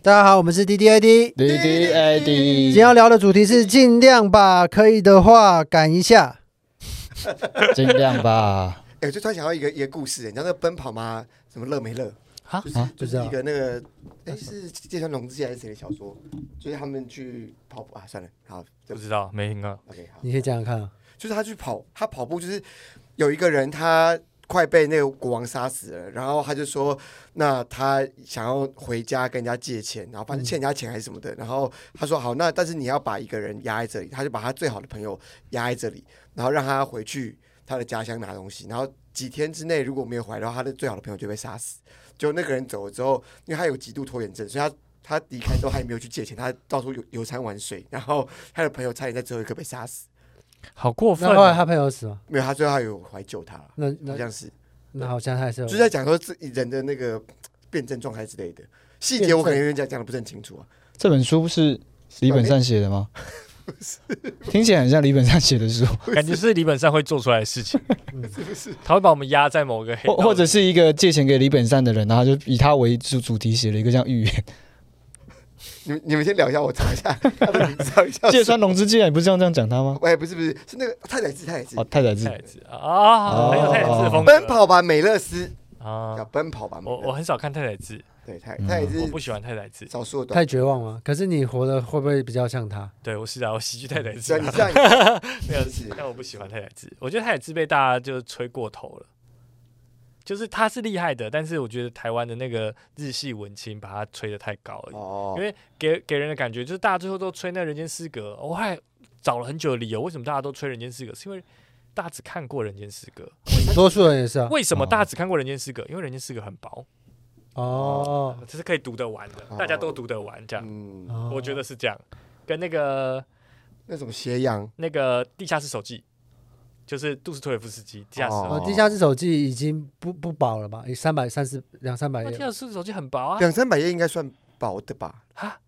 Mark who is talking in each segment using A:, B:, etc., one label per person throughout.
A: 大家好，我们是 D D A D，
B: 滴滴 A
A: 今
B: D，
A: 天要聊的主题是尽量吧，可以的话赶一下。
B: 尽量吧。
C: 哎、我就突然想到一个一个故事，你知道那个奔跑吗？什么乐没乐？
A: 啊
C: 就是
B: 啊
C: 就是一个那个，哎、是芥川龙之介还是谁的小说？就是他们去跑步啊，算了，好
D: 不知道，没听过。
C: ，OK，好，
A: 你可以讲讲看啊，
C: 就是他去跑，他跑步就是有一个人他快被那个国王杀死了，然后他就说，那他想要回家跟人家借钱，然后反正欠人家钱还是什么的，然后他说好，那但是你要把一个人压在这里，他就把他最好的朋友压在这里，然后让他回去他的家乡拿东西，然后几天之内如果没有回来的话，他的最好的朋友就被杀死。就那个人走了之后，因为他有极度拖延症，所以他。他离开之后，他也没有去借钱，他到处游游山玩水，然后他的朋友差点在最后一刻被杀死。
D: 好过分
A: 那后来
D: 啊、
A: 他朋友死了，
C: 没有，他最后还有怀旧他了，
A: 那
C: 好
A: 那
C: 像是，
A: 那好像还是有
C: 就是在讲说自己人的那个辩证状态之类的细节，我可能有点讲讲的不是很清楚啊。
B: 这本书是李本善写的吗？ 听起来很像李本善写的书，
D: 感觉是李本善会做出来的事情，
C: 是不是？
D: 他会把我们压在某个黑
B: 或
D: 道
B: 或者是一个借钱给李本善的人，然后就以他为主主题写了一个像寓言。
C: 你们你们先聊一下，我查一下，他的名字到底叫
B: 芥
C: 什么？
B: 川龙之介，你不是这样这样讲他吗？
C: 哎，不是不是，是那个太宰治，太宰治
B: 哦，，太宰治
D: 太，子啊，
B: 哦
D: 很有太宰治的风格。
C: 奔跑吧美乐斯，叫
D: 啊，
C: 奔跑吧美
D: 我我
C: 乐斯，
D: 很少看太宰治，
C: 对，太
B: 嗯
C: 太宰
D: 我
C: 治
D: 不喜欢太宰治。
C: 少数的短，
A: 太绝望了。可是你活的会不会比较像他？
D: 对，我是啊，我喜剧太宰治
C: 只要你
D: 啊，
C: 这样，
D: 没有
C: 是是，
D: 但我不喜欢太宰治。我觉得太宰治被大家就吹过头了，就是他是厉害的，但是我觉得台湾的那个日系文青把他吹得太高了。
C: 哦
D: 因，为给给人的感觉就是大家最后都吹那《人间失格》，我还找了很久的理由，为什么大家都吹《人间失格》？是因为大家只看过《人间失格》，
A: 多数人也是啊。
D: 为什么大家只看过《人间失格》？因为《人间失格》很薄，
A: 哦，
D: 这是可以读得完的，大家都读得完，这样，
C: 嗯，
A: 哦
D: 我觉得是这样。跟那个
C: 那种斜阳，
D: 那个《地下室手记》，就是杜斯托耶夫斯基《地下室手记》
A: 哦，地下室手机已经不不保了吧？三百三十两三百
D: 那地下
A: 页，
D: 室手记很薄啊，
C: 两三百页应该算薄的吧？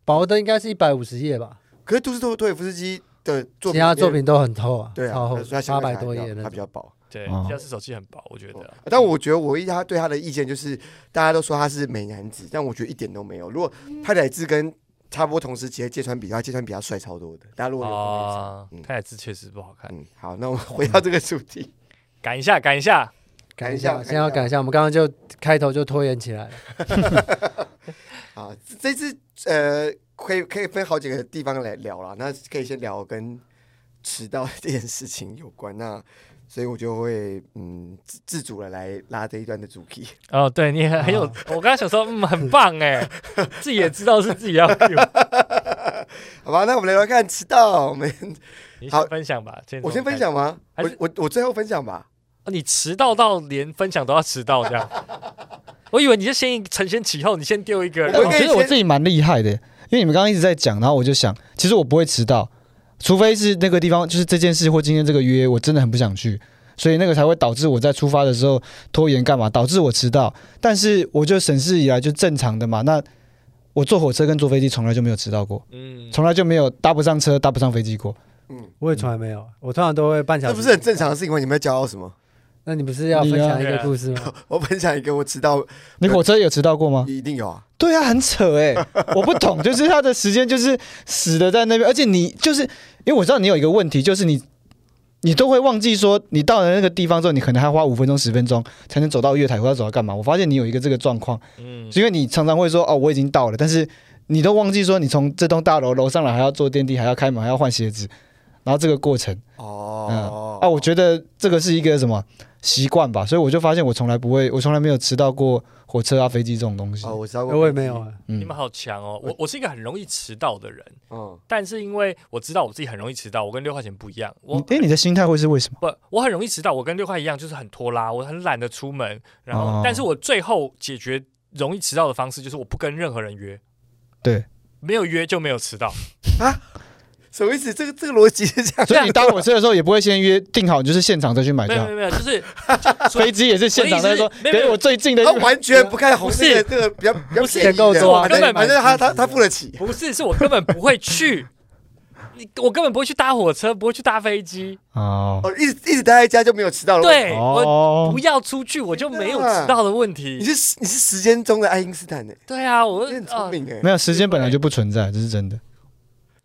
A: 薄的应该是一百五十页吧？
C: 可是杜斯托托耶夫斯基的
A: 其
C: 作品，
A: 他作品都很厚啊，
C: 对
A: 超
C: 啊，
A: 厚
C: 他，他
A: 八
C: 相对
A: 百
C: 还
A: 多
C: 比较
A: 页那
C: 他比
A: 种。
C: 较薄。
D: 对，
B: 哦
D: 《地下室手记》很薄，我觉得啊。
C: 哦但我觉得我一他对他的意见就是，大家都说他是美男子，但我觉得一点都没有。如果太宰治跟差不多同时期的芥川比他，芥川比他帅超多的。大家如果有空可以查
D: 啊
C: 哦嗯，
D: 太宰治确实不好看，
C: 嗯，好，那我们回到这个主题，
D: 赶一下，赶一下，
A: 改
C: 改
A: 一
C: 一
A: 下，
C: 下
A: 先要改一下。我们刚刚就开头就拖延起来了。
C: 啊，这次呃，可以可以分好几个地方来聊啦。那可以先聊跟迟到这件事情有关。那所以我就会嗯自自主的来拉这一段的主题。
D: 哦，对你很很有，我刚刚想说，嗯，很棒哎，自己也知道是自己要 cue
C: 好吧，那我们来聊看迟到。我们
D: 你
C: 好
D: 先分享吧，先
C: 我先分享吗？
D: 还
C: 我
D: 是
C: 我我最后分享吧。
D: 哦。你迟到到连分享都要迟到这样，我以为你就先承先启后，你先丢一个，
C: 我
B: 我
C: 可以
B: 觉得我
C: 先
B: 自己蛮厉害的，因为你们刚刚一直在讲，然后我就想，其实我不会迟到，除非是那个地方就是这件事或今天这个约，我真的很不想去，所以那个才会导致我在出发的时候拖延干嘛，导致我迟到。但是我就省事以来就正常的嘛，那我坐火车跟坐飞机从来就没有迟到过，
D: 嗯，
B: 从来就没有搭不上车、搭不上飞机过。
C: 嗯，
A: 我也从来没有，我通常都会半小
C: 这
A: 时。
C: 不是很正常的事情吗？你们在骄傲什么？
A: 那你不是要分
B: 啊
A: 享一个故事吗？
C: 我分享一个，我迟到
B: 你火车有迟到过吗？
C: 一定有啊。
B: 对啊，很扯 哎、我不懂，就是他的时间就是死的在那边，而且你就是因为我知道你有一个问题，就是你你都会忘记说你到了那个地方之后，你可能还要花五分钟十分钟才能走到月台或者走到干嘛。我发现你有一个这个状况，
D: 嗯
B: 是因为你常常会说哦我已经到了，但是你都忘记说你从这栋大楼楼上来还要坐电梯，还要开门，还要换鞋子，然后这个过程
C: 哦，
B: 啊，我觉得这个是一个什么习惯吧，所以我就发现我从来不会，我从来没有迟到过火车啊飞机这种东西。
C: 哦，我知道过，
A: 我也没有。啊。
B: 嗯
D: 你们好强哦，我我是一个很容易迟到的人，
C: 嗯，
D: 但是因为我知道我自己很容易迟到，我跟六块钱不一样，我
B: 你哎，你的心态会是为什么？
D: 不，我很容易迟到，我跟六块一样，就是很拖拉，我很懒得出门。然后，
B: 哦
D: 但是我最后解决容易迟到的方式就是我不跟任何人约。
B: 对，
D: 没有约就没有迟到。
C: 什么意思？这个这个逻辑是这 样，
B: 所以你搭火车的时候也不会先约定好，你就是现场再
C: 哎
B: 去买
D: 没有没
B: 票。
D: 有没有，就是 所以
B: 飞机也是现场再说
D: 我的意思，是没有
B: 给啊我最近的
C: 他完全不看红
D: 不
C: 色
D: 是
C: 的这个比较比较
D: 不是
C: 便宜
A: 能够
C: 的
A: 做啊
C: 反正
D: 根本
C: 反正他他他付得起。
D: 不是是我根本不会去。你我根本不会去搭火车，不会去搭飞机，
B: 哦
C: 哦，一直一直待在家就没有迟到了。，
D: 对我
B: 哦
D: 不，要出去，我就没有迟到的问题
C: 你。是你是时间中的爱因斯坦呢，
D: 对啊，我
C: 你很
D: 啊
C: 聪明哎。
B: 没有时间本来就不存在，这是真的。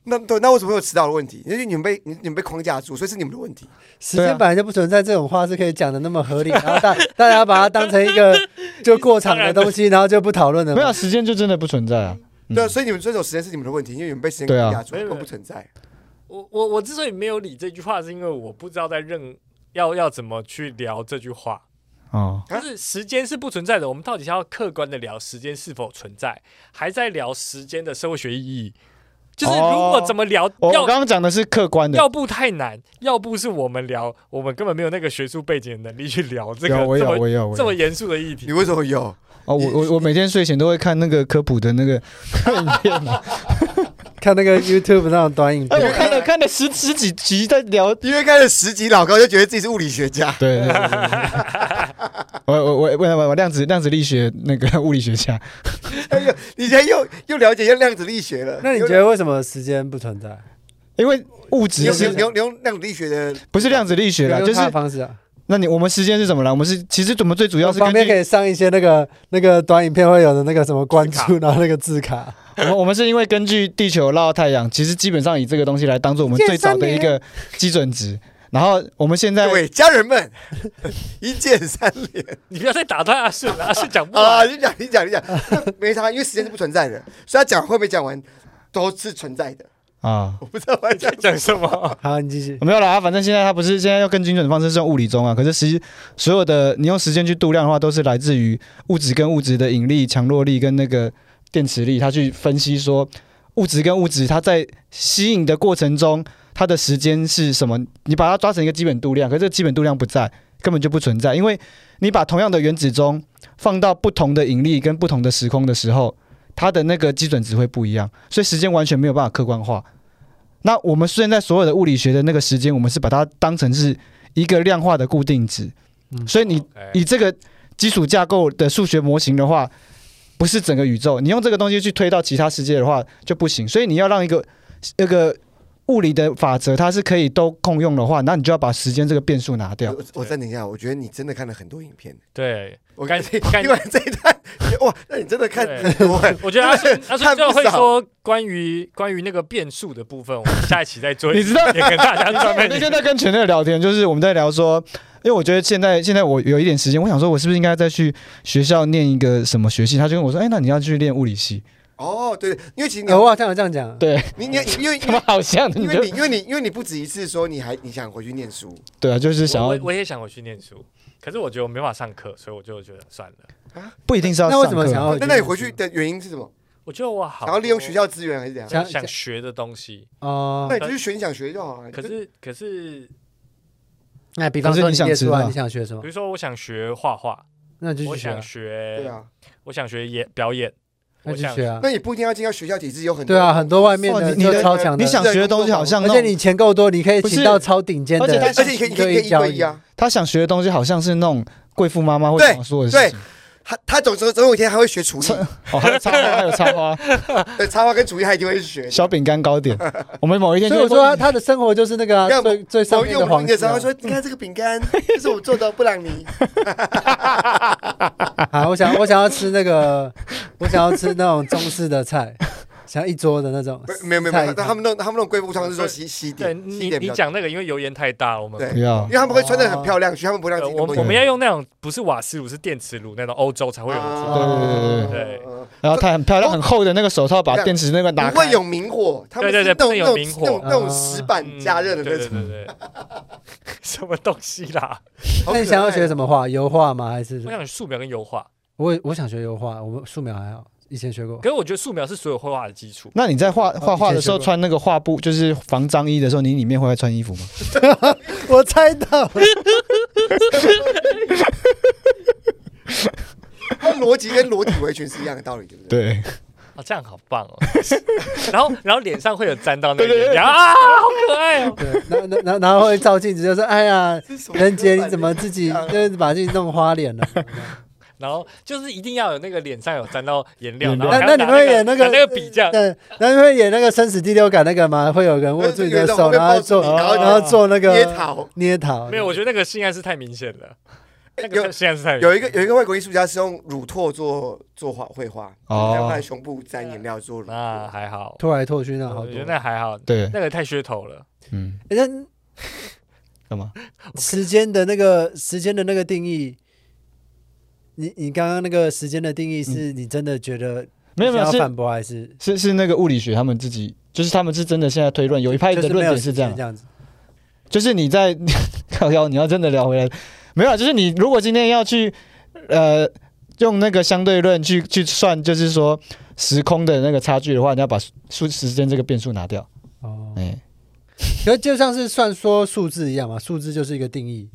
C: 那对，那为什么会有迟到的问题？因为你们被你你们被框架住，所以是你们的问题。
A: 时
B: 对啊
A: 间本来就不存在，这种话是可以讲的那么合理，然后大 大家把它当成一个就过场的东西，然后就不讨论了嘛。
B: 没有啊时间就真的不存在啊。嗯
C: 对啊，所以你们遵守时间是你们的问题，因为你们被时间
B: 对啊
C: 框架住，
D: 没有
C: 根本不存在。
D: 我我我之所以没有理这句话，是因为我不知道在任要要怎么去聊这句话。
B: 哦，
C: 啊
D: 就是时间是不存在的，我们到底是要客观的聊时间是否存在，还在聊时间的社会学意义。就是如果怎么聊，
B: 哦我
D: 要
B: 我刚刚讲的是客观的，
D: 要不太难，要不是我们聊，我们根本没有那个学术背景的能力去聊这个
B: 有我
D: 这
B: 有
D: 么
B: 我有我
D: 这
B: 有
D: 么严肃的议
C: 你
D: 题。
C: 为什么有？
B: 哦，我我我每天睡前都会看那个科普的那 个影片啊，
A: 看那个 YouTube 那种短影
B: 哎，
A: 片，
B: 我看了看了十十几集在聊，
C: 因为看了十集老高就觉得自己是物理学家，
B: 对，对对对对 我我我我我我量子量子力学那个物理学家，
C: 你现在又又了解又量子力学了。
A: 那你觉得为什么时间不存在？
B: 因为物
C: 你
B: 质
C: 用你用
B: 是
C: 你用你用量子力学的
B: 不是量子力学啦？
A: 用
B: 就是
A: 他的方式啊，
B: 那你我们时间是怎么来？我们是其实怎么最主要是
A: 旁
B: 根
A: 边可
B: 据
A: 以上一些那个那个短影片会有的那个什么关
D: 字
A: 注，然后那个字卡。
B: 我们我们是因为根据地球绕太阳，其实基本上以这个东西来当做我们最早的一个基准值。然后我们现在
C: 各位家人们一键三 连
D: 你不要再打断阿顺了，阿顺讲不
C: 啊！
D: 完。
C: 你讲你讲你讲， 没差，因为时间是不存在的，所以他讲会没讲完都是存在的。
B: 啊。
C: 我不知道我要讲
D: 在讲什么？
A: 好，你继续。
B: 没有啦，反正现在它不是现在要更精准的方式是用物理钟啊，可是实际所有的你用时间去度量的话，都是来自于物质跟物质的引力、强弱力跟那个电磁力，它去分析说物质跟物质它在吸引的过程中，它的时间是什么？你把它抓成一个基本度量，可是这个基本度量不在，根本就不存在，因为你把同样的原子钟放到不同的引力跟不同的时空的时候，它的那个基准值会不一样，所以时间完全没有办法客观化。那我们现在所有的物理学的那个时间，我们是把它当成是一个量化的固定值，
A: 嗯
B: 所以你
D: OK
B: 以这个基础架构的数学模型的话，不是整个宇宙，你用这个东西去推到其他世界的话就不行。所以你要让一个那个物理的法则它是可以都共用的话，那你就要把时间这个变数拿掉。
C: 我我暂停一下，我觉得你真的看了很多影片。
D: 对，
C: 我
D: 感
C: 感
D: 谢
C: 谢
D: 感谢
C: 听完这一段，哇，那你真的看很多欸。
D: 我觉得阿顺阿顺最后会
C: 看不
D: 说关于关于那个变数的部分，我们下一期再做 一
B: 你
D: 集，
B: 知道
D: 也跟大家专
B: 我
D: 门
B: 那天在跟全乐聊天，就是我们在聊说，因为我觉得现在现在我有一点时间，我想说我是不是应该再去学校念一个什么学系？他就跟我说，哎、那你要去练物理系，
C: 哦，对，因为其实你
A: 呃我好像有这样讲，
B: 对，
C: 你你你因为
B: 他们好像你
C: 因为
B: 就
C: 你因为你因为你不止一次说你还你想回去念书，
B: 对啊，就是想
D: 我
B: 要
D: 我我也想回去念书，可是我觉得我没法上课，所以我就觉得算了。
B: 不一定是要
A: 那
B: 上
A: 为什么想
B: 课，啊
A: 要？
C: 那那你回去的原因是什么？
D: 我觉得我好，
C: 想要利用学校资源还是怎样？
A: 想
D: 想学的东西，
A: 哦
C: 那，你就去学你想学啊就好了。
D: 可是可是，
A: 那哎比方
B: 可
A: 说
B: 是你
A: 你
B: 想
A: 列出
B: 知
A: 来
B: 道
A: 你想学什么
D: 比，如说我想学画画，
A: 那你就
D: 我
A: 哦去学啊
D: 想，学，
C: 对啊，
D: 我想学演表演，
A: 那
D: 我
A: 就
D: 想
A: 去学啊。
C: 那也不一定要进到学校体制，有很多
A: 对啊，很多外面
B: 哇
A: 的
B: 你你的
A: 就超强的，
B: 你想学的东西好像
A: 而
B: 那
A: 且
B: 种，
A: 你钱够多，你可以
B: 不是
A: 请到超顶尖的，
B: 而且他
C: 而且你可以你可以你可以一
A: 交
C: 对
A: 易
C: 一。啊。
B: 他想学的东西好像是那种贵妇妈妈会
C: 对
B: 想说的事情。
C: 他他总总总有一天他会学厨艺，
B: 哦，还有插花，还有插 花，
C: 对，插花跟厨艺他一定会学。
B: 小饼干糕点。我们某一天
A: 所
B: 就
A: 以
B: 会
A: 我说他他的生活就是那个啊
C: 要不
A: 最最上
C: 我
A: 面
C: 用
A: 的
C: 我
A: 黄
C: 们
A: 金
C: 的时候
A: 啊
C: 说，你看这个饼干，这是我做的布朗 尼。
A: 啊！我想我想要吃那个，我想要吃那种中式的菜，想要一桌的那种
C: 不。没有没有没
A: 菜
C: 有，他们那他们那种贵妇汤是说西西
D: 对
C: 点，西
D: 你
C: 点比
D: 你
C: 较，
D: 讲那个，因为油烟太大，我们
C: 对
B: 不要
C: 因为他们会穿的
A: 哦
C: 很漂亮，所以他们不让
D: 呃
C: 自己
D: 我
C: 那
D: 们
C: 么
D: 我
C: 油
D: 们要用那种不是瓦斯炉，是电磁炉那种欧洲才会有
C: 啊
D: 的做法。
B: 对对
D: 对对对
C: 嗯
B: 然后她很漂亮、很厚的那个手套，把电池那个拿
C: 不会
B: 开。
C: 有明火，他们
D: 对
C: 是
D: 对
C: 那种那
D: 对不能有
C: 种
D: 明火
C: 那种那种
A: 啊
C: 石板加热的那
D: 嗯对
C: 种。
D: 对对对 对，什么东西啦？
C: 好
A: 那你
C: 可
A: 想要
C: 爱
A: 学
C: 哦
A: 什么画？油画吗？还是什么
D: 我想素描跟油画，
A: 我也我想学油画，我们素描还好，以前学过
D: 可。是我觉得素描是所有绘画的基础。
B: 那你在画画画的时候
A: 哦以前学过
B: 穿那个画布，就是防脏衣的时候，你里面会穿衣服吗？
A: 我猜到，
C: 它的逻辑跟裸体围裙是一样的道理，对不对？
B: 对，
D: 啊，这样好棒哦！ 然后，然后脸上会有沾到那
B: 对对
D: 个
B: 对
D: 然后啊，好可爱哦！
A: 对，然后然后然后会照镜子就说：“哎呀，
C: 对
A: 仁杰你怎么自己就是把自己弄花脸了？”
D: 然后就是一定要有那个脸上有沾到颜料，
B: 颜
D: 然
B: 料
D: 后
A: 那
D: 还
A: 那
D: 要
A: 你
D: 拿
A: 们会演那个
D: 拿那个笔这样，
A: 对，那你会演那个生死第六感那个吗？会有人握住你的手，然后做，
C: 然
D: 后
A: 然后做那个
C: 捏陶。
A: 捏陶。
D: 没有，我觉得那个性暗示太明显了，那
C: 有
D: 个性暗示太明显
C: 有一个有一个外国艺术家是用乳拓做做画绘画，
B: 哦
C: 然后他的胸部沾颜料做乳
D: 那
C: 拓。
D: 啊还好，
A: 拖来拖去那好
D: 我
A: 多
D: 觉得。那还好，
B: 对，
D: 那个太噱头了。
B: 嗯，
A: 诶那
B: 干嘛？
A: 时间的那个时间的那个定义，你你刚刚那个时间的定义是你真的觉得
B: 没有没
A: 想
B: 有
A: 要
B: 是
A: 反驳还是
B: 是是那个物理学他们自己，就是他们是真的现在推论，有一派
A: 就是
B: 的
A: 没
B: 论
A: 有
B: 点
A: 时
B: 是这
A: 间
B: 样
A: 这，样子？
B: 就是你在 靠腰，你要真的聊回来，没有啊，就是你如果今天要去呃用那个相对论去去算，就是说时空的那个差距的话，你要把数时间这个变数拿掉，
A: 哦，
B: 哎、
A: 可是就像是算说数字一样嘛，数字就是一个定义，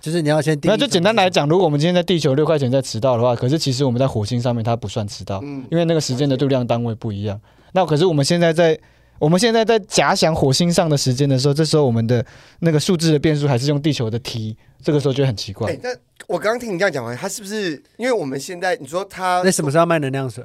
A: 就是你要先定义。
B: 那就简单来，讲，如果我们今天在地球六块钱在迟到的话，可是其实我们在火星上面它不算迟到，
C: 嗯
B: 因为那个时间的度量单位不一样。那可是我们现在在我们现在在假想火星上的时间的时候，这时候我们的那个数字的变数还是用地球的 t，这个时候就会很奇怪。
C: 哎、那我刚刚听你这样讲完，他是不是因为我们现在你说他
A: 那什么时候要卖能量水？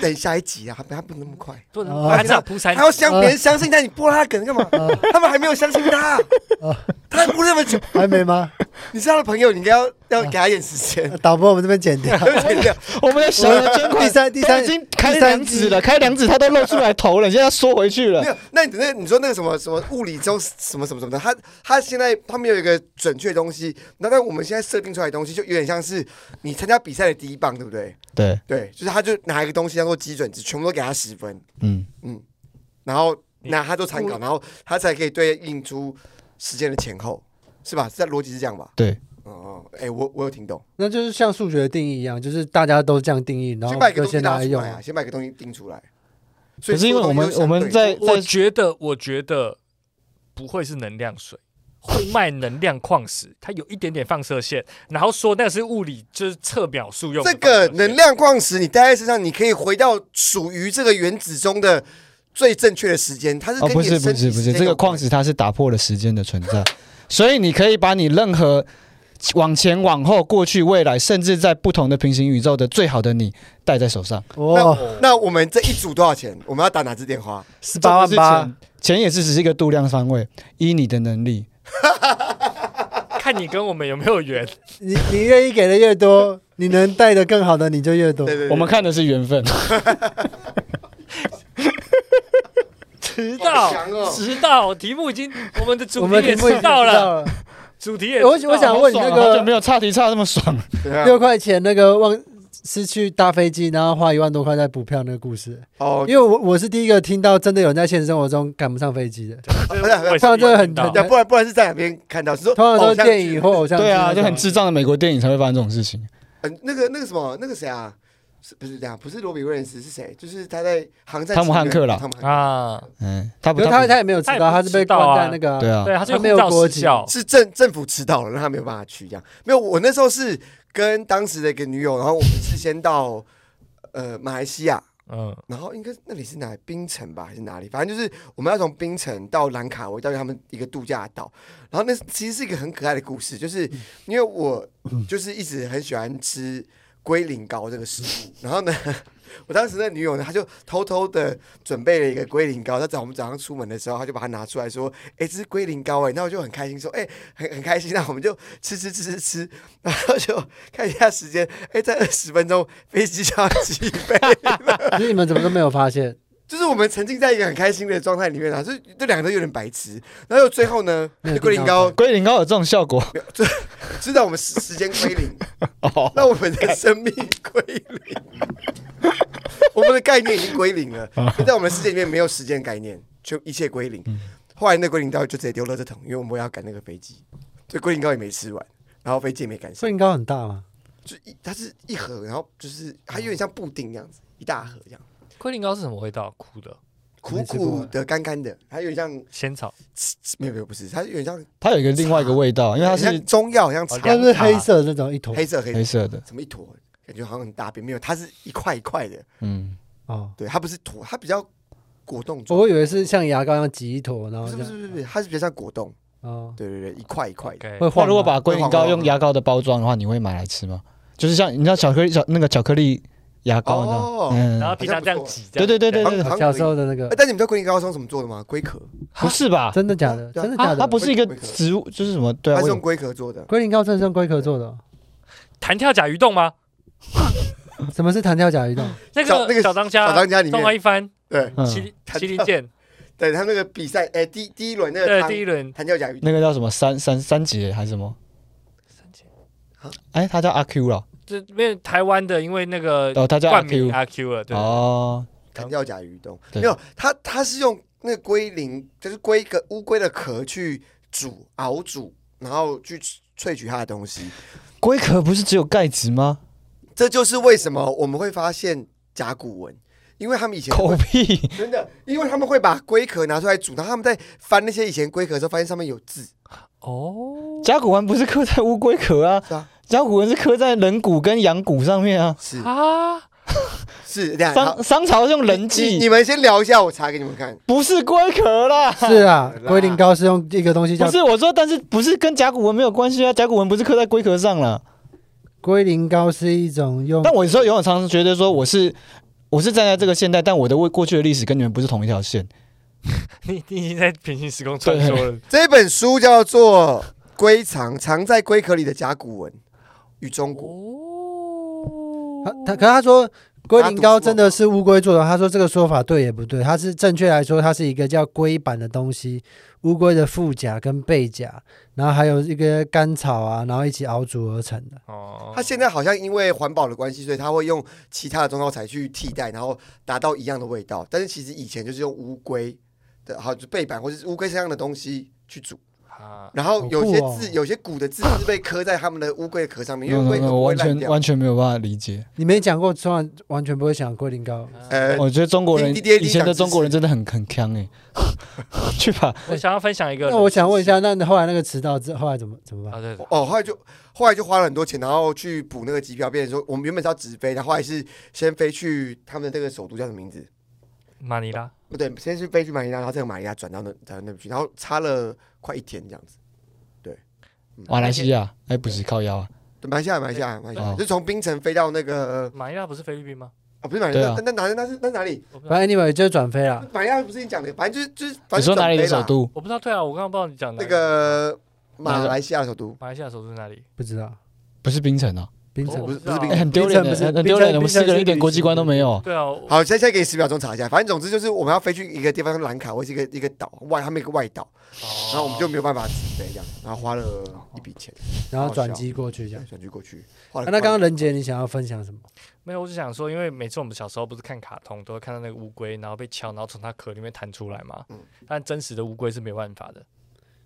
C: 等下一集啊？他他不能那么快，
D: 不能，
A: 哦
D: 他至少铺三
C: 他要相
A: 呃
C: 别人相信他，你播他的梗干嘛？他们还没有相信他，
A: 呃
C: 他还播那么久，
A: 还没吗？
C: 你是他的朋友，你应该要
A: 呃
C: 要给他一点时间。
A: 导播，我们这边剪掉。
B: 我们的小额捐款
A: 第三第三
B: 已经开
A: 第三
B: 两指
A: 集
B: 了，开两指它都露出来头了，现在要缩回去了
C: 没。有，那你那你说那个什么什么物理周什么什么什么的，他他现在他们有一个准确的东西，那但我们现在设定出来的东西就有点像是你参加比赛的第一棒，对不对？
B: 对，
C: 对，就是他就拿一个东西当做基准值，全部都给他十分，
B: 嗯，
C: 然后拿他做参考，然后他才可以对应出时间的前后，是吧？这逻辑是这样吧？
B: 对，
C: 哦，哎、我我有听懂，
A: 那就是像数学的定义一样，就是大家都这样定义，然后
C: 先
A: 我
C: 把
A: 们
C: 一个
A: 就
C: 东西
A: 先拿
C: 拿
A: 来
C: 出
A: 用
C: 来。啊，先把一个东西定出来。所
B: 可
C: 以
B: 是因为
C: 所
B: 我
C: 有
B: 们
C: 东西都
B: 我
C: 相对
B: 们在
D: 我
B: 在
D: 觉得，我觉得不会是能量水，会卖能量矿石，它有一点点放射线，然后说那是物理，就是测秒数用的
C: 这
D: 放射
C: 个
D: 线。
C: 能量矿石，你带在身上，你可以回到属于这个原子中的最正确的时间。它是
B: 哦，
C: 跟
B: 不
C: 你
B: 是
C: 的
B: 不
C: 身体
B: 是不
C: 时
B: 是，
C: 间
B: 这个
C: 有关
B: 矿石它是打破了时间的存在，所以你可以把你任何往前、往后、过去、未来，甚至在不同的平行宇宙的最好的你带在手上。
A: 哇，
C: 那我们这一组多少钱？我们要打哪支电话？
A: 十八万
B: 这不
A: 八
B: 是，钱，钱也是只是一个度量方位，依你的能力。
D: 看你跟我们有没有缘，
A: 你你愿意给的越多， 你能带的更好的你就越多
C: 对。对对，
B: 我们看的是缘 分，
D: 迟
C: 好强哦
D: 到，迟到，题目已经，我们的主
A: 我
D: 题
A: 们
D: 也
A: 题目已
D: 迟
A: 经
D: 到
A: 知
D: 了，
A: 了，
D: 主题也
A: 我
D: 迟到
A: 我想问你
B: 好
A: 那
B: 爽啊好久没
A: 个
B: 有差题差这么爽。
C: 对啊
A: 六块钱那个忘失去搭飞机，然后花一万多块在补票那个故事，
C: 哦，
A: 因为我我是第一个听到真的有人在现实生活中赶不上飞机的，
D: 这
C: 不是不是
D: 我也是
A: 这样就
D: 没有
A: 很
D: 听到
A: 很
C: 那不然不然是在哪边看到？是说
A: 通常都
C: 偶
A: 是
C: 像
A: 电
C: 剧
A: 影或偶像剧
B: 对
A: 那
B: 啊，
A: 种。
B: 就很智障的美国电影才会发生这种事情。
C: 嗯，那个那个什么，那个谁啊？是不是这样？不是罗比·威廉斯是谁？就是他在《航站
B: 汤姆汉克啦
C: 汤姆汉
D: 啊，
B: 嗯，他
A: 因
B: 不
A: 为他
B: 他
A: 他也没有迟到，他是被关在那个
B: 不对
A: 啊
B: 啊，
D: 对，他是
A: 他没有
D: 护照
A: 国
D: 时
A: 籍
D: 效
C: 是政政府迟到了，让他没有办法去。这样没有，我那时候是跟当时的一个女友，然后我们是先到呃马来西亚，
D: 嗯，
C: 然后应该那里是哪里槟城吧，还是哪里？反正就是我们要从槟城到兰卡威，到他们一个度假岛。然后那其实是一个很可爱的故事，就是因为我就是一直很喜欢吃龟苓膏这个食物。然后呢， 我当时那女友呢，她就偷偷的准备了一个龟苓膏。她早我们早上出门的时候，她就把它拿出来说：“哎、这是龟苓膏哎、那我就很开心说：“哎、很很开心。”那我们就吃吃吃吃吃，然后就看一下时间，哎、在二十分钟飞机就要起飞。啊
A: 可是你们怎么都没有发现？
C: 就是我们沉浸在一个很开心的状态里面啊， 就是这两个都有点白痴。然后最后呢
A: 没有，
C: 龟苓膏
B: 龟苓膏有这种效果。
C: 知道我们时时间 归零，
B: 哦，
C: 那我们的生命归零，我们的概念已经归零了，
A: 哦
C: 就在我们的世界里面没有时间概念，就一切归
A: 嗯
C: 零。后来那龟苓膏就直接丢垃圾桶，因为我们要赶那个飞机，所以龟苓膏也没吃完，然后飞机也没赶上
A: 所以，你高很大嘛？
C: 就一它是一盒，然后就是它有点像布丁这样子，一大盒这样，
D: 龟苓膏是什么味道？苦的
A: 哦
C: 苦苦的、干干的，它有点像
D: 仙草，
C: 没有没有不是，它有点像
B: 它有一个另外一个味道，因为它
C: 很
B: 是哦
C: 像中药，像茶
A: 它是不是黑色的那种一坨？
C: 啊黑色黑
B: 黑
C: 色，
B: 色的。
C: 怎么一坨？感觉好像很大便，没有，它是一块一块的，
B: 嗯，
A: 哦，
C: 对，它不是坨，它比较果冻状，
B: 哦
A: 我以为是像牙膏一样挤一坨，然后
C: 不是
A: 这
C: 不是
A: 样
C: 不是不是，它是比较像果冻，
A: 哦，
C: 对对对，一块一块的，
A: 会
D: OK，
B: 哎那
A: 晃吗。
B: 如果把龟苓膏用牙膏的包装的话，你会买来吃吗？就是像你知道巧克力巧那个巧克力牙膏，
C: 哦
B: 你知道？嗯，
D: 然后平常这样挤，这
B: 对
D: 样
B: 对对对
D: 这样
B: 对，
C: 好像
A: 小
C: 可以
A: 时候的那个
C: 哎，但你们知道龟苓膏是用什么做的吗？龟壳，
B: 不是吧？
A: 真的假的？
C: 对啊
A: 真的假
B: 它它
A: 的？
B: 不是一个
C: 龟壳
B: 植物，就是什么？对啊，
C: 它是
B: 我
C: 用龟壳做的。
A: 龟苓膏真的是用龟壳做的哦？
D: 弹跳甲鱼洞吗？
A: 什么是弹跳甲 鱼洞？
D: 那
C: 小那个
D: 个小当
C: 小
D: 家，
C: 哦当家里
D: 动画
C: 面，
D: 一番，
C: 对
B: 嗯
D: 麒麟
C: 弹
D: 麒麟
C: 跳
D: 剑，
C: 对，他那个比赛，哎，第第一轮那个
D: 对，
C: 汤
D: 第一轮
C: 弹跳甲鱼，
B: 那个叫什么三三三节还是什么？
D: 三节
C: 啊
B: 哎，它叫阿 Q 了，
D: 这边台湾的，因为那个
B: 哦，它叫阿
D: 冠名
B: Q
D: 阿 Q 了，对，
B: 哦，
C: 弹跳甲鱼冻，
B: 对
C: 没有，它它是用那个龟苓，就是龟壳乌龟的壳去煮熬煮，然后去萃取它的东西。
B: 龟壳不是只有钙质吗？
C: 这就是为什么我们会发现甲骨文，因为他们以前
B: 狗屁！
C: 真的，因为他们会把龟壳拿出来煮，然后他们在翻那些以前龟壳的时候，发现上面有字，
D: 哦，
B: 甲骨文不是刻在乌龟壳啊，
C: 是啊，
B: 甲骨文是刻在人骨跟羊骨上面啊。
C: 是
D: 啊，
C: 是这样。哎好
B: 商商朝用人
C: 你你
B: 祭，
C: 们先聊一下，我查给你们看。
B: 不是龟壳 啦。
A: 是啊
C: 啦，
A: 龟苓膏是用一个东西叫
B: 不是我说，但是不是跟甲骨文没有关系啊？甲骨文不是刻在龟壳上了。
A: 龟苓膏是一种
C: 嗯
A: 用
B: 但我有时候有很常觉得说，我是我是站在这个现代，但我的为过去的历史跟你们不是同一条线。
D: 你你已经在平行时空穿梭了，
C: 这本书叫做《龟藏：藏在龟壳里的甲骨文与中国》，
D: 哦
A: 他他，可是他说龟苓膏真的是乌龟做的，他说这个说法对也不对，它是正确来说，它是一个叫龟板的东西，乌龟的腹甲跟背甲，然后还有一个甘草啊，然后一起熬煮而成的。
D: 哦，
C: 它现在好像因为环保的关系，所以它会用其他的中药材去替代，然后达到一样的味道。但是其实以前就是用乌龟的，好就背板或者是乌龟身上的东西去煮。
D: 啊，
C: 然后有些
A: 好酷哦
C: 字，有些古的字是被刻在他们的乌龟的壳上面，因为龟壳
B: 我
C: 不会
B: 嗯完
C: 烂
B: 全
C: 掉。
B: 完全没有办法理解。
A: 你没讲过，突然完全不会想龟苓膏。
C: 呃，
B: 我觉得中国人
C: DDA
B: 以前的中国人真的很很强哎、 去吧，
D: 我想要分享一个冷知
A: 那
D: 识，
A: 我想问一下，那你后来那个迟到之后来怎么怎么办？
D: 啊，对，对
C: 哦，后来就后来就花了很多钱，然后去补那个机票，变成说我们原本是要直飞，然后后来是先飞去他们那个首都叫什么名字？
D: 马尼拉，
C: 不对，先是飞去马尼拉，然后再由马尼拉转到那转到那边去，然后差了快一天这样子。
B: 马来西亚哎、不是靠腰啊，
C: 对，马来西亚，马来西亚，马来西亚，
B: 哦
C: 就从槟城飞到那个
D: 马尼拉不是菲律宾吗？
C: 啊，不是马来西
B: 对
C: 亚
B: 啊，
C: 那那哪那是那哪里？
D: 我不知道，
A: 反正 anyway 就是转飞啦。
C: 马尼拉不是你讲的，反正就是就是，反
B: 你
C: 正
B: 说哪里的
C: 转飞
B: 首
C: 啦？
B: 都？
D: 我不知道，对啊，我刚刚不知道你讲哪
C: 那
D: 一
C: 个马来西亚的首都。
D: 马来西亚首都是哪里？
A: 不知道
B: 不是槟城啊，
A: 冰城
D: 我
C: 不是
D: 知道
C: 不是槟
B: 哎
C: 城
B: 很丢脸的，
A: 槟城不是
B: 很很丢脸的，我们
A: 槟城
B: 四个人一点
A: 槟城是
B: 国际观都没有。
D: 对啊，我
C: 好，现在现在给你十秒钟查一下。反正总之就是我们要飞去一个地方，兰卡或是一个一个岛外，他们一个外岛，
D: 哦
C: 然后我们就没有办法直飞这样，然后花了一笔钱，
A: 然后转机过去这样。
C: 转去过去。花
A: 哦啊
C: 了
A: 那刚刚任杰，你想要分享什么？
D: 没有，我只想说，因为每次我们小时候不是看卡通，都会看到那个乌龟，然后被敲，然后从它壳里面弹出来嘛。
C: 嗯
D: 但真实的乌龟是没有办法的，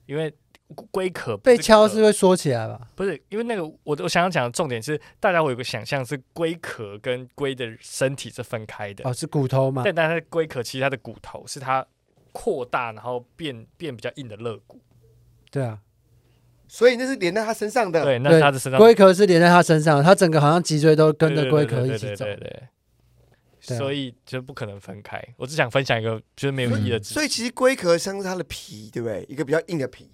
D: 因为乌龟壳不
A: 被敲
D: 壳
A: 是会缩起来吧？
D: 不是因为那个我我想要讲的重点是，大家我有个想象是龟壳跟龟的身体是分开的，
A: 哦，是骨头嘛？
D: 但但它的龟壳其实它的骨头是它扩大然后变变比较硬的肋骨，
A: 对啊。
C: 所以那是连在他身上的。
D: 对，那
A: 对
D: 是它的身上
A: 龟壳是连在它身上，它整个好像脊椎都跟着
D: 对
A: 龟
D: 对对
A: 壳一
D: 对
A: 起
D: 对
A: 走。
D: 对对对
A: 对啊
D: 所以就不可能分开。我只想分享一个就是没有意义的知识，
C: 所以其实龟壳像是它的皮，对不对？一个比较硬的皮，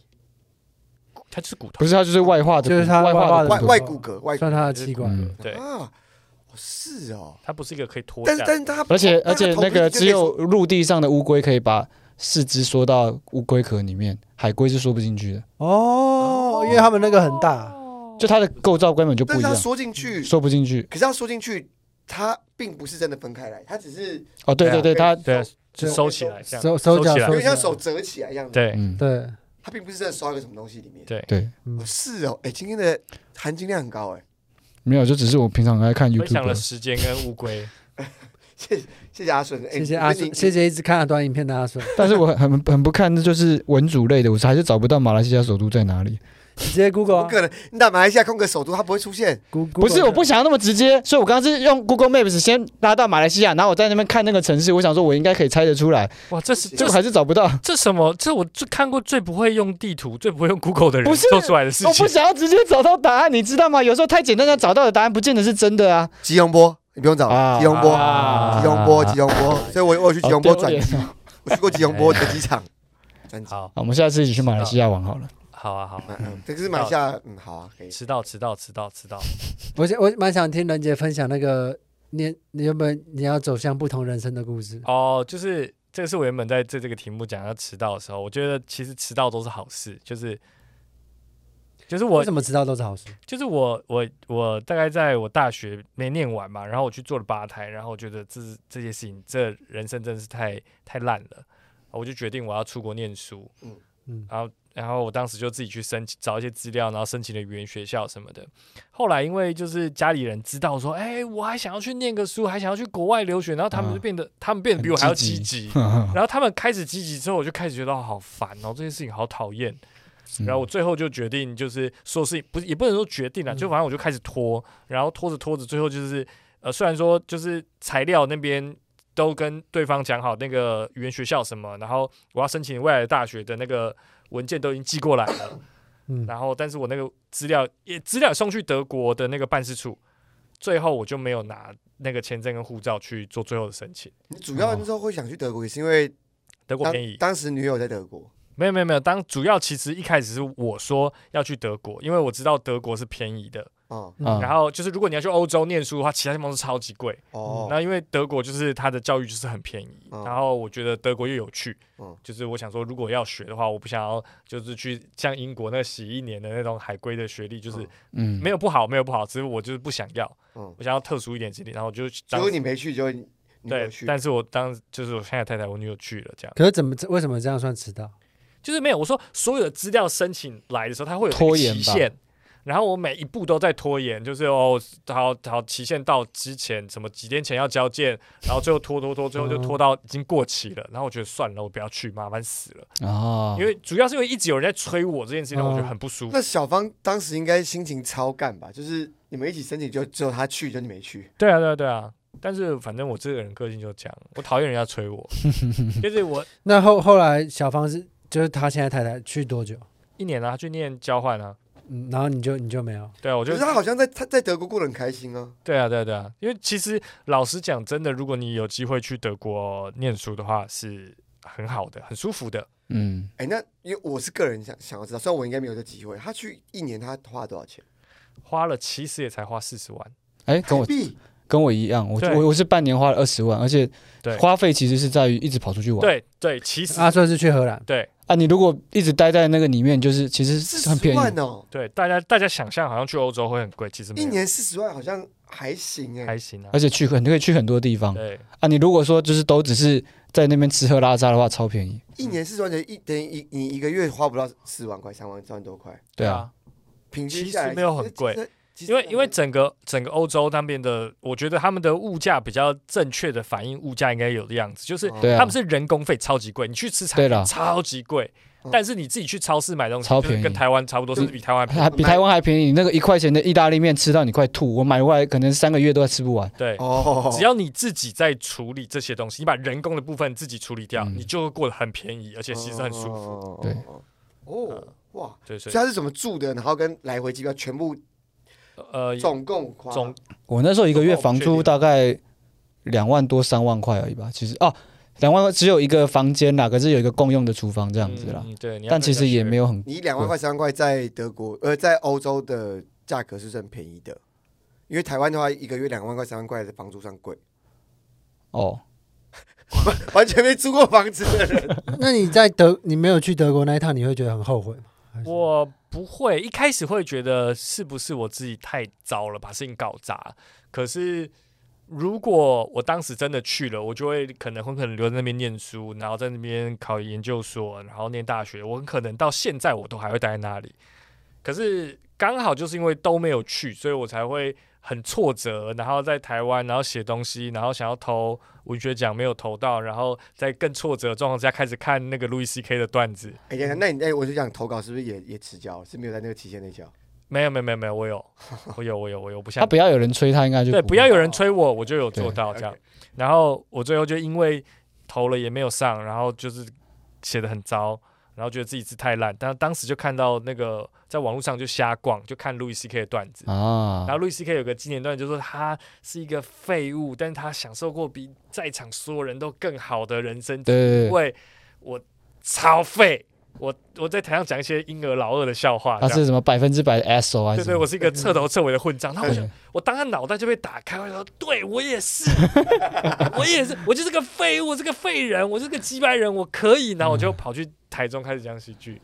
D: 它就是骨头。
B: 不是，它就是外化的，
A: 就是它
B: 外
A: 外化
B: 化
A: 的
C: 外
A: 骨头
C: 外骨骼，外骨
A: 算它的器官，
B: 嗯，
D: 对
C: 啊，哦是哦。
D: 它不是一个可以脱
C: 但是
D: 下
C: 但是它，
B: 而且
C: 它
B: 而且
C: 头
B: 那个
C: 就
B: 只
C: 可以
B: 有陆地上的乌龟可以把四肢缩到乌龟壳里面，海龟是缩不进去的，
A: 哦，因为它们那个很大，
B: 就它的构造根本就
C: 但
B: 不一
C: 是它
B: 样，嗯
C: 缩进去，
B: 缩不进去。
C: 可是它缩进去，它并不是真的分开来，它只是
B: 哦，对对对，
C: 对啊
B: 它
D: 对啊，
A: 就
D: 就收起来，这样
A: 收收脚
D: 起
C: 有
D: 来
A: 收
C: 点像手折起来一样的，
D: 对，
B: 嗯，
A: 对，
C: 它并不是真的刷一个什么东西里面。
B: 对，
A: 嗯
C: 哦，是哦，哎，今天的含金量很高哎，
B: 没有，就只是我平常很爱看
D: 分享了
B: YouTube。
D: 时间跟乌龟，
C: 谢谢谢谢阿顺，哎
A: 谢谢阿
C: 你
A: 顺，
C: 你
A: 谢谢一直看短影片的阿顺，
B: 但是我很很很不看，就是文组类的，我还是找不到马来西亚首都在哪里。
A: 直接 Google
C: 不
A: 啊
C: 可能，你打马来西亚空格首都，它不会出现。
A: Goo-
B: 不是，
A: Google
B: 我不想要那么直接，所以我刚刚是用 Google Maps 先拉到马来西亚，然后我在那边看那个城市，我想说我应该可以猜得出来，
D: 哇，这是
B: 结
D: 这
B: 果
D: 是
B: 还是找不到。
D: 这什么？这我最看过最不会用地图、最不会用 Google 的人
B: 不是
D: 做出来的事
B: 我
D: 情
B: 不。想要直接找到答案，你知道吗？有时候太简单的找到的答案，不见得是真的啊。
C: 吉隆坡，你不用找了，
B: 啊哦
C: 吉隆坡，
D: 啊
C: 吉隆坡，吉隆坡。所以我我有去吉隆坡转机，我去过吉隆坡的机场转机。
D: 好，
B: 好我们下次一起去马来西亚玩好了。
D: 好啊，好啊，
C: 嗯嗯，这个是马来西亚，嗯，好啊，可以。
D: 迟到，迟到，迟到，迟到。
A: 我想我蛮想听仁杰分享那个你你原本你要走向不同人生的故事。
D: 哦，就是这个是我原本在这这个题目讲要迟到的时候，我觉得其实迟到都是好事，就是就是我
A: 为什么知道都是好事？
D: 就是我我我大概在我大学没念完嘛，然后我去做了吧台，然后我觉得这是这些事情，这人生真是太太烂了，我就决定我要出国念书，嗯
C: 嗯
A: 嗯
D: 然后然后我当时就自己去申请找一些资料，然后申请了语言学校什么的。后来因为就是家里人知道说，哎、我还想要去念个书，还想要去国外留学，然后他们就
B: 啊
D: 变得、他们变得比我还要积极，
B: 然
D: 然后他们开始积极之后，我就开始觉得哦好烦哦，这件事情好讨厌。
B: 嗯
D: 然后我最后就决定，就是说是不是也不能说决定了，
A: 嗯
D: 就反正我就开始拖，然后拖着拖着，最后就是呃，虽然说就是材料那边都跟对方讲好那个语言学校什么，然后我要申请未来的大学的那个文件都已经寄过来了，
A: 嗯，
D: 然后但是我那个资料也资料送去德国的那个办事处，最后我就没有拿那个签证跟护照去做最后的申请，
C: 你主要那时候会想去德国，也是因为
D: 德国
C: 当
D: 便宜。
C: 当时女友在德国，
D: 没有没有没有，当主要其实一开始是我说要去德国，因为我知道德国是便宜的，
C: 哦
A: 嗯
D: 然后就是如果你要去欧洲念书的话，其他地方都超级贵。
C: 哦，
D: 那因为德国就是它的教育就是很便宜，
C: 嗯
D: 然后我觉得德国又有趣
C: 嗯，
D: 就是我想说如果要学的话，我不想要就是去像英国那洗一年的那种海归的学历，就是
C: 嗯
B: 嗯
D: 没有不好没有不好，只是我就是不想要，
C: 嗯，
D: 我想要特殊一点经历，然后我就
C: 结
D: 当
C: 果你没去，就你没
D: 对
C: 有，去，
D: 但是我当就是我现在太太我女友去了这样。
A: 可是怎么为什么这样算迟到？
D: 就是没有。我说所有的资料申请来的时候，它会有一个
B: 拖延吧
D: 期限，然后我每一步都在拖延，就是哦，好好期限到之前什么几天前要交件，然后最后拖拖拖，最后就
B: 嗯
D: 拖到已经过期了。然后我觉得算了，我不要去，麻烦死了。
B: 啊，
D: 因为主要是因为一直有人在催我这件事情，让
B: 哦
D: 我觉得很不舒服。
C: 那小芳当时应该心情超干吧？就是你们一起申请，就只有她去，就你没去。
D: 对啊，对啊，对啊。但是反正我这个人个性就这样，我讨厌人家 催我，就是我
A: 那后后来小芳是就是她现在太太去多久？
D: 一年啊去念交换啊，
A: 嗯，然后你就你就没有，
D: 对啊，我
C: 可
D: 就是
C: 她好像在她在德国过得很开心啊。
D: 对啊，对啊，对啊，因为其实老实讲，真的，如果你有机会去德国念书的话，是很好的，很舒服的。
B: 嗯，
C: 哎，那因为我是个人想想要知道，虽然我应该没有这机会，她去一年她花了多少钱？
D: 花了其实也才花四十万，
B: 哎，跟我
C: 台币
B: 跟我一样，我
D: 对
B: 我我是半年花了二十万，而且
D: 对
B: 花费其实是在于一直跑出去玩。
D: 对对，其实、
A: 阿顺啊是去荷兰，
D: 对
B: 啊，你如果一直待在那个里面，就是其实
C: 四
B: 是很
C: 十
B: 便宜。
D: 啊
C: 万哦，
D: 对，大家大家想象好像去欧洲会很贵，其实没
C: 一
D: 有
C: 年四十万好像还行哎、
D: 还行啊
B: 而。且去很可以去很多地方
D: 对
B: 啊！你如果说就是都只是在那边吃喝拉撒的话，超便宜。
C: 一年四十万等于一等于一你一个月花不到四万块，三万三万多块，
B: 对啊，，
C: 平均
D: 其
C: 下来
D: 实没有很贵，
C: 其实
D: 因为
C: 其实
D: 因为整个整个欧洲那边的，我觉得他们的物价比较正确的反映物价应该有的样子，就是
C: 哦
B: 对啊
D: 他们是人工费超级贵，你去吃
B: 对
D: 餐
B: 了，
D: 超级贵
C: 嗯，
D: 但是你自己去超市买东西，
B: 超
D: 就是
B: 便宜
D: 跟台湾差不多，甚至比台湾便宜。
B: 还比台湾还便宜。那个一块钱的意大利面吃到你快吐，我买回来可能三个月都还吃不完。
D: 对，
B: 啊
C: 哦，
D: 只要你自己在处理这些东西，你把人工的部分自己处理掉，
B: 嗯哦
D: 你就会过得很便宜，而且其实很舒服。
C: 服
B: 对
C: 哦，哇，
D: 对，
C: 所
D: 所
C: 以
D: 以
C: 他是怎么住的，然后跟来回机票全部
D: 呃，
C: 总共花
D: 总
B: 我那时候一个月房
D: 哦
B: 租
D: 我不确定
B: 大概两万多三万块而已吧，其实哦，两万块只有一个房间啦，可是有一个共用的厨房这样子啦。
D: 嗯、对，你要
B: 但其实也没
D: 有。
B: 有很
C: 你两万块三万块在德国呃在欧洲的价格是很便宜的，因为台湾的话一个月两万块三万块的房租算贵，
B: 哦，
C: 完全没租过房子的 人，
A: 那你在德你没有去德国那一趟，你会觉得很后悔吗？还是
D: 我不会，一开始会觉得是不是我自己太糟了，把事情搞砸。可是如果我当时真的去了，我就会可能很可能留在那边念书，然后在那边考研究所，然后念大学。我很可能到现在我都还会待在那里。可是刚好就是因为都没有去，所以我才会很挫折。然后在台湾，然后写东西，然后想要投文学奖没有投到，然后在更挫折的状况之下开始看那个路易 C K 的段子。
C: 哎呀，那你哎我就想投稿是不是也也迟交，是没有在那个期限内交？
D: 没有没有没有没有，我有我有我有我有，不像
B: 他不要有人催他，应该就
D: 对，
B: 会
D: 不要有人催我，我就有
B: 对
D: 做到这样
C: OK。
D: 然后我最后就因为投了也没有上，然后就是写的很糟，然后觉得自己字太烂。但当时就看到那个在网络上就瞎逛，就看路易 C K 的段子。
B: 啊
D: 然后路易 C K 有个纪念段，就说他是一个废物，但是他享受过比在场所有人都更好的人生
B: 对对对，
D: 喂，我超废，我我在台上讲一些婴儿老二的笑话，
B: 他
D: 这样
B: 啊是什么百分之百的 S O 还
D: 对
B: 是什
D: 对，
B: 么？
D: 我是一个彻头彻尾的混账。然后我就
B: 对
D: 我当他脑袋就被打开，我就说，对我 也是，我也是，我就是个废物，我是个废人，我是个鸡掰人，我可以。然后我就跑去台中开始讲喜剧，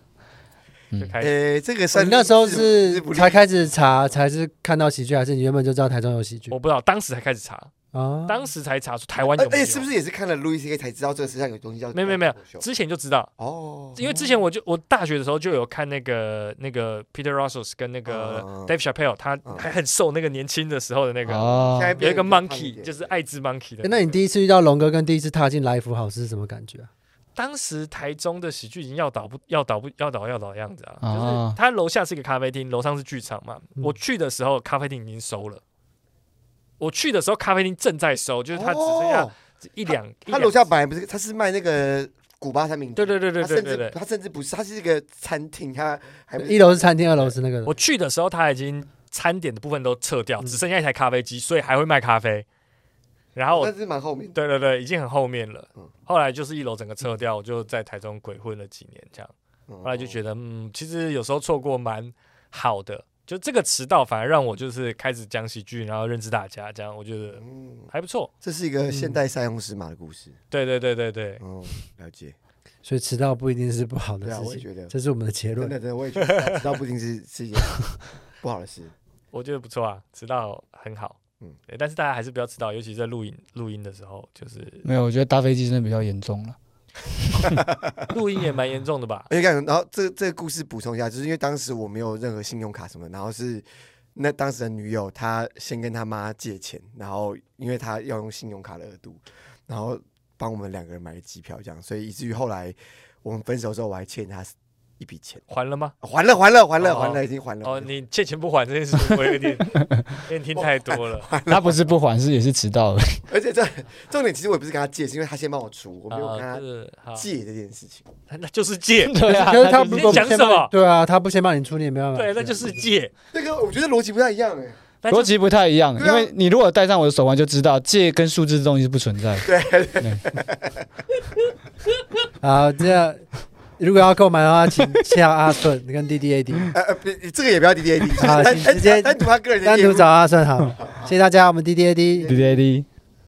D: 就
B: 嗯
D: 开始。
C: 诶，哎这个
A: 你
C: 三
A: 那时候
C: 日
A: 是
C: 不
A: 才开始查，才是看到喜剧，还是你原本就知道台中有喜剧
D: 我不知道，当时才开始查，
A: 啊？
D: 当时才查出台湾
C: 而
D: 有没
C: 且
D: 有，
C: 呃哎是不是也是看了 Louis C K 才知道这个世界上有东西叫
D: 没有没有没有
C: 脱口秀
D: 之前就知道，
C: 哦，
D: 因为之前我就我大学的时候就有看那个那个 Peter Russell 跟那个
C: 嗯嗯嗯
D: Dave Chappelle，他
C: 嗯
D: 还很瘦，那个年轻的时候的那个，
B: 哦
C: 现，在
D: 有一
C: 变得
D: 个
C: 比较胖
D: Monkey，
C: 点
D: 就是爱之 Monkey
A: 诶
D: 的个。
A: 哎那你第一次遇到龙哥跟第一次踏进来福好是什么感觉啊？
D: 当时台中的喜剧已经要倒不要倒不要倒要倒的样子啊，
B: 哦
D: 就是它楼下是一个咖啡厅，楼上是剧场嘛。
A: 嗯
D: 我去的时候，咖啡厅已经收了。我去的时候，咖啡厅正在收，就是它只剩下
C: 哦
D: 一两。一
C: 他
D: 两
C: 楼下本来不是，他是卖那个古巴产品，
D: 对对对对
C: 他
D: 对
C: 甚
D: 对
C: 至
D: 对。
C: 他甚至不是，他是一个餐厅，他还不是
A: 一楼是餐厅，二楼是
C: 嗯
A: 那个
D: 我去的时候，它已经餐点的部分都撤掉，
A: 嗯
D: 只剩下一台咖啡机，所以还会卖咖啡。然后我
C: 但是蛮后面的。
D: 对对对，已经很后面了
C: 嗯。
D: 后来就是一楼整个撤掉，我就在台中鬼混了几年这样。
C: 后
D: 后来就觉得，嗯，其实有时候错过蛮好的，就这个迟到反而让我就是开始讲喜剧，然后认识大家，这样我觉得
C: 嗯，
D: 还不错。
C: 这是一个现代塞翁失马的故事。
D: 对对对对对，
C: 哦，了解。
A: 所以迟到不一定是不好的
C: 对啊，
A: 事
C: 我也
A: 情，
C: 觉得，
A: 这是我们的结
C: 真
A: 论。
C: 的真的，我也觉得，迟到不一定是是一件 不好的事。
D: 我觉得不错啊，迟到很好。嗯
C: 嗯，
D: 但是大家还是不要迟到，尤其在录音录音的时候，
C: 。
D: 就是
B: 没有，我觉得搭飞机真的比较严 重了。
D: 录音也蛮严重的吧
C: 而且刚，然后这这个故事补充一下，就是因为当时我没有任何信用卡什么的，然后是那当时的女友她先跟她妈借钱，然后因为她要用信用卡的额度，然后帮我们两个人买个机票这样，所以以至于后来我们分手之后，我还欠她一笔钱，
D: 还了 吗？
C: 还了还了还了
D: 哦
C: 还了，已经还了。
D: 哦，你欠钱不还这件事情，我有点有点听太多了。
B: 他不是不还，是也是迟 到了。
C: 而且这重点其实我也不是跟她借，是因为她先帮我出， 我没有
D: 啊
C: 跟她
D: 是好，
C: 借这件事情。
D: 那就是借。
B: 对啊，
A: 可是他
B: 就
A: 如
D: 你
A: 果不
D: 讲
A: 先
D: 什
A: 帮你
D: 么
A: 对啊，他不先帮你出，你也没办法。
D: 对，那就是 借。
C: 这个我觉得逻辑不太一样哎。
D: 那
B: 逻
D: 就
B: 辑不太一样，
C: 对
B: 因
C: 啊
B: 为你如果戴上我的手环，就知道借跟数字这东西是不存在的。
A: 好，这样如果要购买的话，请下阿顺跟 D D A D
C: 呃呃，不这个也不要 D D A D，
A: 啊请直接
C: 单独他个人的
A: 单
C: 业务
A: 独找阿顺好。谢谢大家，我们 D D A D。
B: 滴滴滴。